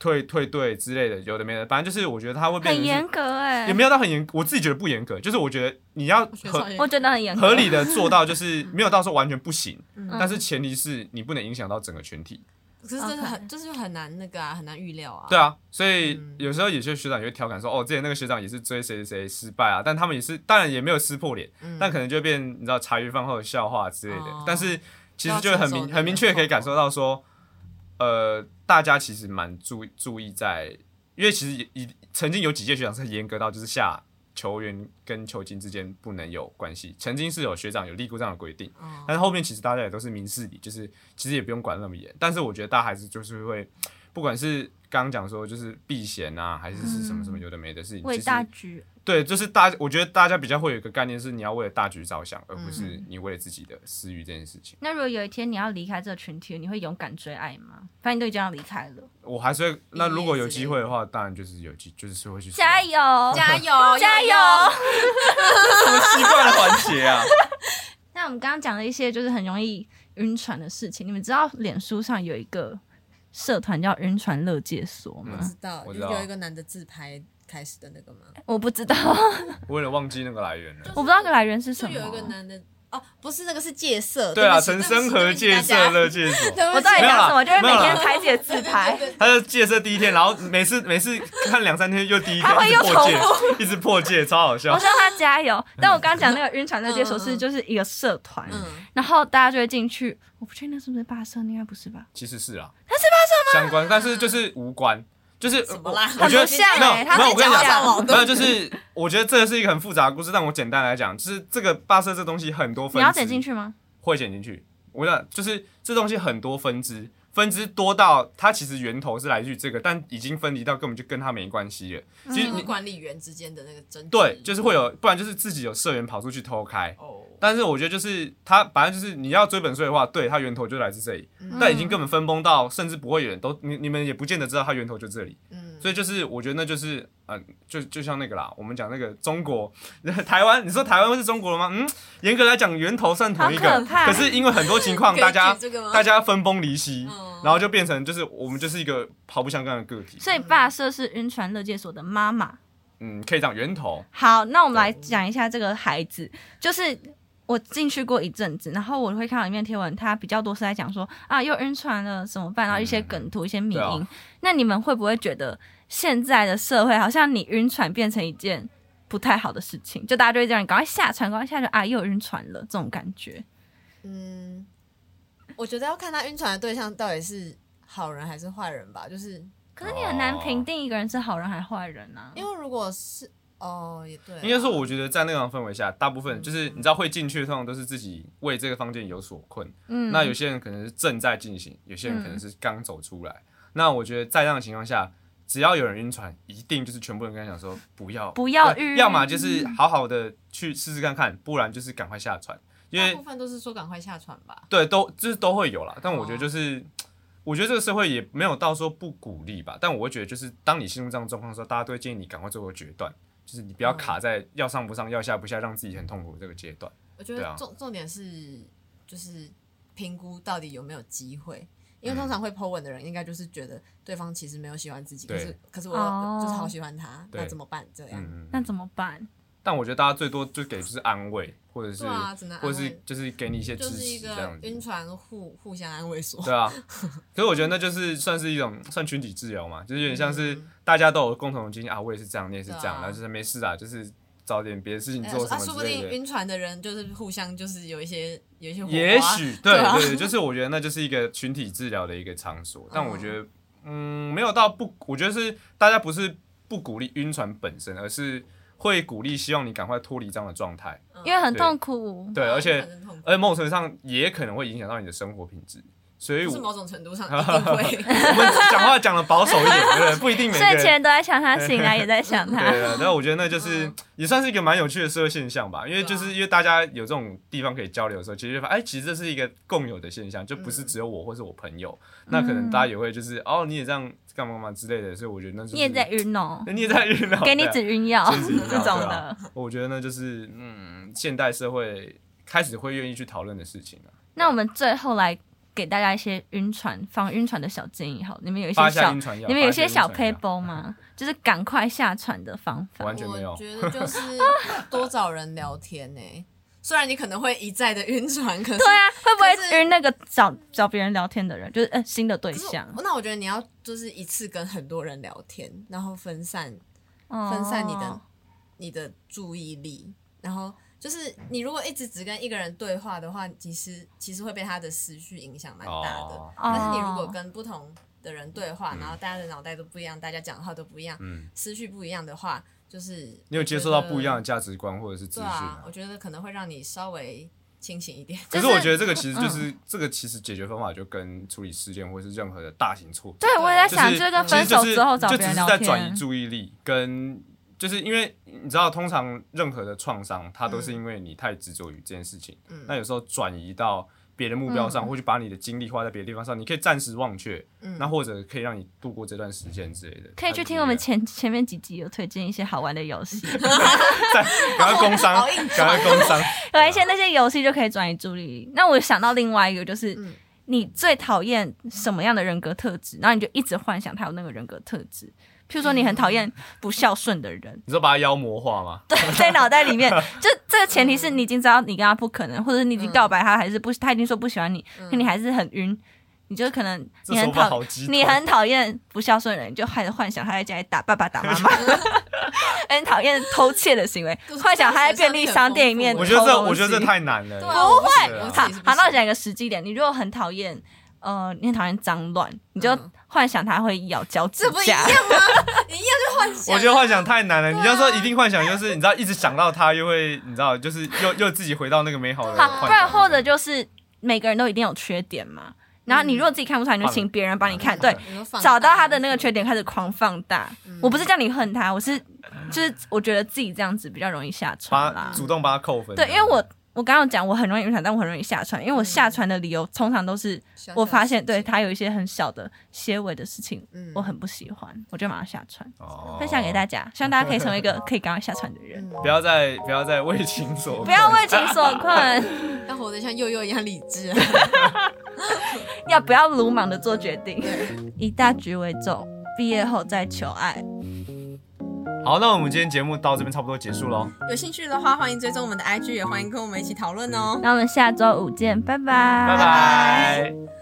C: 退退队之类的，有的没的，反正就是我觉得他会变
A: 很
C: 成
A: 严
C: 是
A: 格哎
C: 也，没有到很严，我自己觉得不严格，就是我觉得你要
B: 学
C: 合
B: 长也
A: 我觉得很严格，
C: 合理的做到，就是没有到说完全不行，
A: 嗯，
C: 但是前提是你不能影响到整个群体。
B: 可是这是
A: OK
B: 很，这是很难那个啊，很难预料啊。
C: 对啊，所以
B: 嗯
C: 有时候有些学长也会调侃说，哦，之前那个学长也是追谁谁谁失败啊，但他们也是，当然也没有撕破脸，
B: 嗯
C: 但可能就变你知道茶余饭后的笑话之类的。
B: 哦
C: 但是其实就会很
B: 要承受那
C: 明
B: 个
C: 很明确可以感受到说，呃，大家其实蛮注注意在，因为其实也也曾经有几届学长是严格到就是下球员跟球经之间不能有关系，曾经是有学长有立过这样的规定。
B: 哦
C: 但是后面其实大家也都是明事理，就是其实也不用管那么严。但是我觉得大家还是就是会，不管是刚刚讲说就是避嫌啊，还是是什么什么
B: 嗯
C: 有的没的事情，
A: 伟
C: 其实
A: 大局，
C: 对，就是大，我觉得大家比较会有一个概念是你要为了大局着想，而不
B: 嗯
C: 是你为了自己的私欲这件事情。
A: 那如果有一天你要离开这个群体，你会勇敢追爱吗？反正你都已经要离开了，
C: 我还是会，那如果有机会的话，当然就是有机，就是会去
A: 加
C: 油，
A: 油，
B: 加油
A: 加油！
C: 什么奇怪的环节啊？
A: 那我们刚刚讲了一些就是很容易晕船的事情，你们知道脸书上有一个社团叫“晕船乐界所”吗？
B: 知道
C: 我
B: 有
C: 知道
B: 有一个男的自拍开始的那个吗？
A: 我不知道，
C: 我有点忘记那个来源 了。
A: 我不知道那个来源是什
B: 就
A: 么。
B: 有一个男的哦，不是那个是戒色。
C: 对啊，
B: 不起
C: 陈生和戒色，乐戒所。
B: 对不
A: 我
B: 起
A: 到底
C: 没有啦
A: 讲什么？就是
C: 没有
A: 每
C: 啦
A: 天拍自己的自拍。
C: 他就戒色第一天，然后每次每次看两三天又第一
A: 还
C: 天，
A: 会
C: 一
A: 又哦
C: 直破戒，一直破戒，超好笑
A: 我。希望他加
C: 嗯
A: 油。但我刚讲那个晕船乐界所是就是一个社团，
B: 嗯
A: 然后大家就会进去。我不确定那是不是霸社，应该不是吧？
C: 其实是啊，他是发什么相关，但是就是无关，就是
B: 什么啦
C: 我我觉得
A: 很不像
C: 没有
A: 欸他
C: 没有，
A: 在
C: 我跟你
A: 讲话
B: 矛
C: 讲，
B: 盾
C: 没有，就是 我觉得这是一个很复杂的故事，但我简单来讲，就是这个巴士这东西很多分
A: 你
C: 支，
A: 要点进去吗？
C: 会剪进去，我想就是这东西很多分支，分支多到它其实源头是来自于这个，但已经分离到根本就跟它没关系了。其实
B: 就是
C: 你
A: 嗯
B: 管理员之间的那个争执，
C: 对，就是会有，不然就是自己有社员跑出去偷开。
B: 哦，
C: 但是我觉得就是它，反正就是你要追本溯源的话，对它源头就来自这里，
B: 嗯
C: 但已经根本分崩到，甚至不会有人都你你们也不见得知道它源头就这里。
B: 嗯，
C: 所以就是我觉得那就是嗯、就就像那个啦，我们讲那个中国台湾，你说台湾是中国了吗？嗯，严格来讲，源头算同一
A: 好
C: 个，
A: 可怕
C: 是因为很多情况
B: 可以
C: 大家
B: 举这个吗
C: 大家分崩离析，
B: 嗯
C: 然后就变成就是我们就是一个毫不相干的个体。
A: 所以霸社是晕船乐界所的妈妈。
C: 嗯，可以讲源头，
A: 好，那我们来讲一下这个孩子，就是我进去过一阵子，然后我会看到里面贴文，它比较多是在讲说啊，又晕船了怎么办，然后一些梗图、一些迷
C: 对
A: 因。
C: 啊
A: 那你们会不会觉得现在的社会好像你晕船变成一件不太好的事情？就大家就会这样，赶快下船，赶快下船啊，又晕船了这种感觉。
B: 嗯，我觉得要看他晕船的对象到底是好人还是坏人吧，就是
A: 可是你很难评定一个人是好人还是坏人啊，
B: 因为如果是哦，也对啊，
C: 应该说我觉得在那样的氛围下，大部分就是你知道会进去，通常都是自己为这个房间有所困。
A: 嗯
C: 那有些人可能是正在进行，有些人可能是刚走出来。那我觉得在那样的情况下，只要有人晕船，一定就是全部人跟他讲说不要
A: 不要
C: 呃
A: 晕
C: 要么就是好好的去试试看看，不然就是赶快下船，因
B: 大
C: 为
B: 部分都是说赶快下船吧，
C: 对都就是都会有啦。但我觉得
B: 哦
C: 就是。我觉得这个社会也没有到说不鼓励吧，但我会觉得就是当你陷入这样的状况的时候，大家都会建议你赶快做个决断，就是你不要卡在要上不上、要下不下，让自己很痛苦的这个阶段。
B: 我觉
C: 对
B: 得
C: 啊
B: 重、重点是就是评估到底有没有机会。因
C: 嗯
B: 为通常会 po 文的人，应该就是觉得对方其实没有喜欢自己，可
C: 对
B: 是可是我、
A: 哦
B: 就是好喜欢他，那
C: 对
B: 怎么办？这样、
C: 嗯，
A: 那怎么办？
C: 但我觉得大家最多就给就是安慰，或者是、
B: 对啊只能安
C: 或
B: 慰
C: 者是就是给你一些
B: 就
C: 支
B: 是一
C: 持这
B: 个
C: 样
B: 晕
C: 子。
B: 船互互相安慰 所。
C: 对啊，可是我觉得那就是算是一种 算群体治疗嘛，就是有点像是大家都有共同的经历啊，我也是这样，你也是这
B: 嗯对
C: 样，
B: 啊
C: 然后就是没事啊，就是找点别的事情
B: 哎
C: 做什
B: 啊，
C: 么
B: 说不
C: 之类
B: 定
C: 的。
B: 晕船的人就是互相就是有一些有一些火花，
C: 也许对
B: 啊
C: 对，就是我觉得那就是一个群体治疗的一个场所，但我觉得嗯没有到不，我觉得是大家不是不鼓励晕船本身，而是会鼓励希望你赶快脱离这样的状态。
B: 嗯
A: 因为很
C: 对
A: 痛苦。
C: 对，而且
B: 很嗯痛苦
C: 而且某种程度上也可能会影响到你的生活品质。所以
B: 就
C: 我，
B: 是
C: 我
B: 某种程 度上一定会。
C: 们讲话讲的保守一点，对不对？不一定每个
A: 睡
C: 人。
A: 前都在想他，醒来也在想
C: 对
A: 他。
C: 对，但我觉得那就是
A: 嗯
C: 也算是一个蛮有趣的社会现象吧，因为就
B: 对
A: 啊
C: 是因为大家有这种地方可以交流的时候，其实就发现哎，其实这是一个共有的现象，就不是只有我或是我朋友，
A: 嗯
C: 那可能大家也会就是哦，你也这样干嘛嘛之类的，所以我觉得那就是
A: 你也在，晕哦，
C: 你也在晕了，
A: 给你
C: 对啊
A: 止晕药
C: 禁止饮料
A: 这种的
C: 对啊。我觉得呢，就是嗯，现代社会开始会愿意去讨论的事情啊，
A: 那我们最后来给大家一些晕船防晕船的小建议，好了，你们有一
C: 发
A: 些
C: 一下
A: 小
C: 晕，船药，
A: 你们有一些小
C: 发一下晕船药
A: paper 吗？就是赶快下船的方法
C: 完。全没有
B: 我觉得就是多找人聊天呢、欸虽然你可能会一再的晕船，可是
A: 对啊，会不
B: 就是
A: 会晕那个找找别人聊天的人，就是呃新的对
B: 可是
A: 象？
B: 那我觉得你要就是一次跟很多人聊天，然后分散
A: 分
B: 分散你
A: 哦
B: 的你的注意力，然后就是你如果一直只跟一个人对话的话，其实其实会被他的思绪影响蛮大的。
C: 哦
A: 哦
B: 但是你如果跟不同的人对话，然后大家的脑袋都不一样，大家讲的话都不一样，
C: 嗯
B: 思绪不一样的话，就是
C: 你有接受到不一样的价值观或者是资
B: 对
C: 讯
B: 啊
C: 吗、，
B: 我觉得可能会让你稍微清醒一点。
C: 可是
A: 就是嗯
C: 我觉得这个其实就是、这个其实解决方法就跟处理事件或是任何的大型错
A: 对，我也在想，
C: 就是
A: 就是跟
C: 其
A: 分
C: 实
A: 手
C: 就是
A: 之后找
C: 就
A: 别
C: 只
A: 人
C: 是
A: 聊
C: 在转
A: 天
C: 移。注意力，跟就是因为你知道，通常任何的创伤，它都
A: 嗯
C: 是因为你太执着于这件事情。
B: 嗯
C: 那有时候转移到别的目标
A: 嗯
C: 上，或去把你的精力花在别的地方上，你可以暂时忘却，
B: 嗯
C: 那或者可以让你度过这段时间之类的。
A: 可以去听我们前前面几集有推荐一些好玩的游戏，
C: 赶快 工商
B: 好硬，
C: 赶快工商。
A: 有一些那些游戏就可以转移注意力。那我想到另外一个，就是、
B: 嗯
A: 你最讨厌什么样的人格特质，然后你就一直幻想他有那个人格特质。譬如说，你很讨厌
C: 嗯，
A: 不孝顺的人
C: 你说把它妖魔化吗？
A: 对，在脑袋 里面，就这个前提是你已经知道你跟他不可能，或者你已经告白他，还是
C: 嗯
A: 不，他已经说不喜欢你，可你还是很晕，你就可能
C: 这
A: 你很
C: 手法
A: 讨
C: 好激动。
A: 你很讨厌不孝顺的人，你就开始幻想他在家里打爸爸打妈 妈，很讨厌偷窃的行为，幻想他在便利商店里面
C: 我觉得
A: 偷
C: 这，
A: 东西
C: 我觉得这太难了。
B: 对
A: 不
B: 啊
A: 会
C: 我不行我
A: 好
B: 自己是，不
A: 好，那我
B: 行
A: 讲一个实际一点，你如果很讨厌，呃，你很讨厌脏乱，你就
B: 嗯
A: 幻想它会咬脚指
B: 这不一
A: 甲
B: 样。吗？你一样就幻想。
C: 我觉得幻想太难了。你要说
A: 啊
C: 一定幻想，就是你知道，一直想到他，又会你知道，就是又又自己回到那个美好的
A: 好，
C: 幻
A: 啊不然
C: 想。
A: 或者就是每个人都一定有缺点嘛。然后你如果自己看不出来，你就请别人帮你看，对，
B: 你嗯说放大
A: 找到他的那个缺点，开始狂放大。
B: 嗯
A: 我不是叫你恨他，我是就是我觉得自己这样子比较容易下船
C: 帮
A: 啦
C: 他。主动帮他扣分。啊
A: 对，因为我我刚刚有讲我很容易晕船，但我很容易下船，因为我下船的理由通常都是
B: 小小
A: 我发现
B: 的事
A: 对
B: 情
A: 他有一些很小的些微的事情，
B: 嗯
A: 我很不喜欢，我就马上下船。
C: 哦
A: 分享给大家，希望大家可以成为一个可以赶快下船的人，
B: 嗯
C: 不要再不要再为情所困
A: 不要为情所困，
B: 要活得像佑佑一样理智啊。
A: 要不要鲁莽的做决定，
B: 嗯
A: 以大局为重，毕业后再求爱。
C: 好，那我们今天节目到这边差不多结束喽，
B: 有兴趣的话，欢迎追踪我们的 IG，也欢迎跟我们一起讨论哦。
A: 那我们下周五见，拜拜，
C: 拜拜。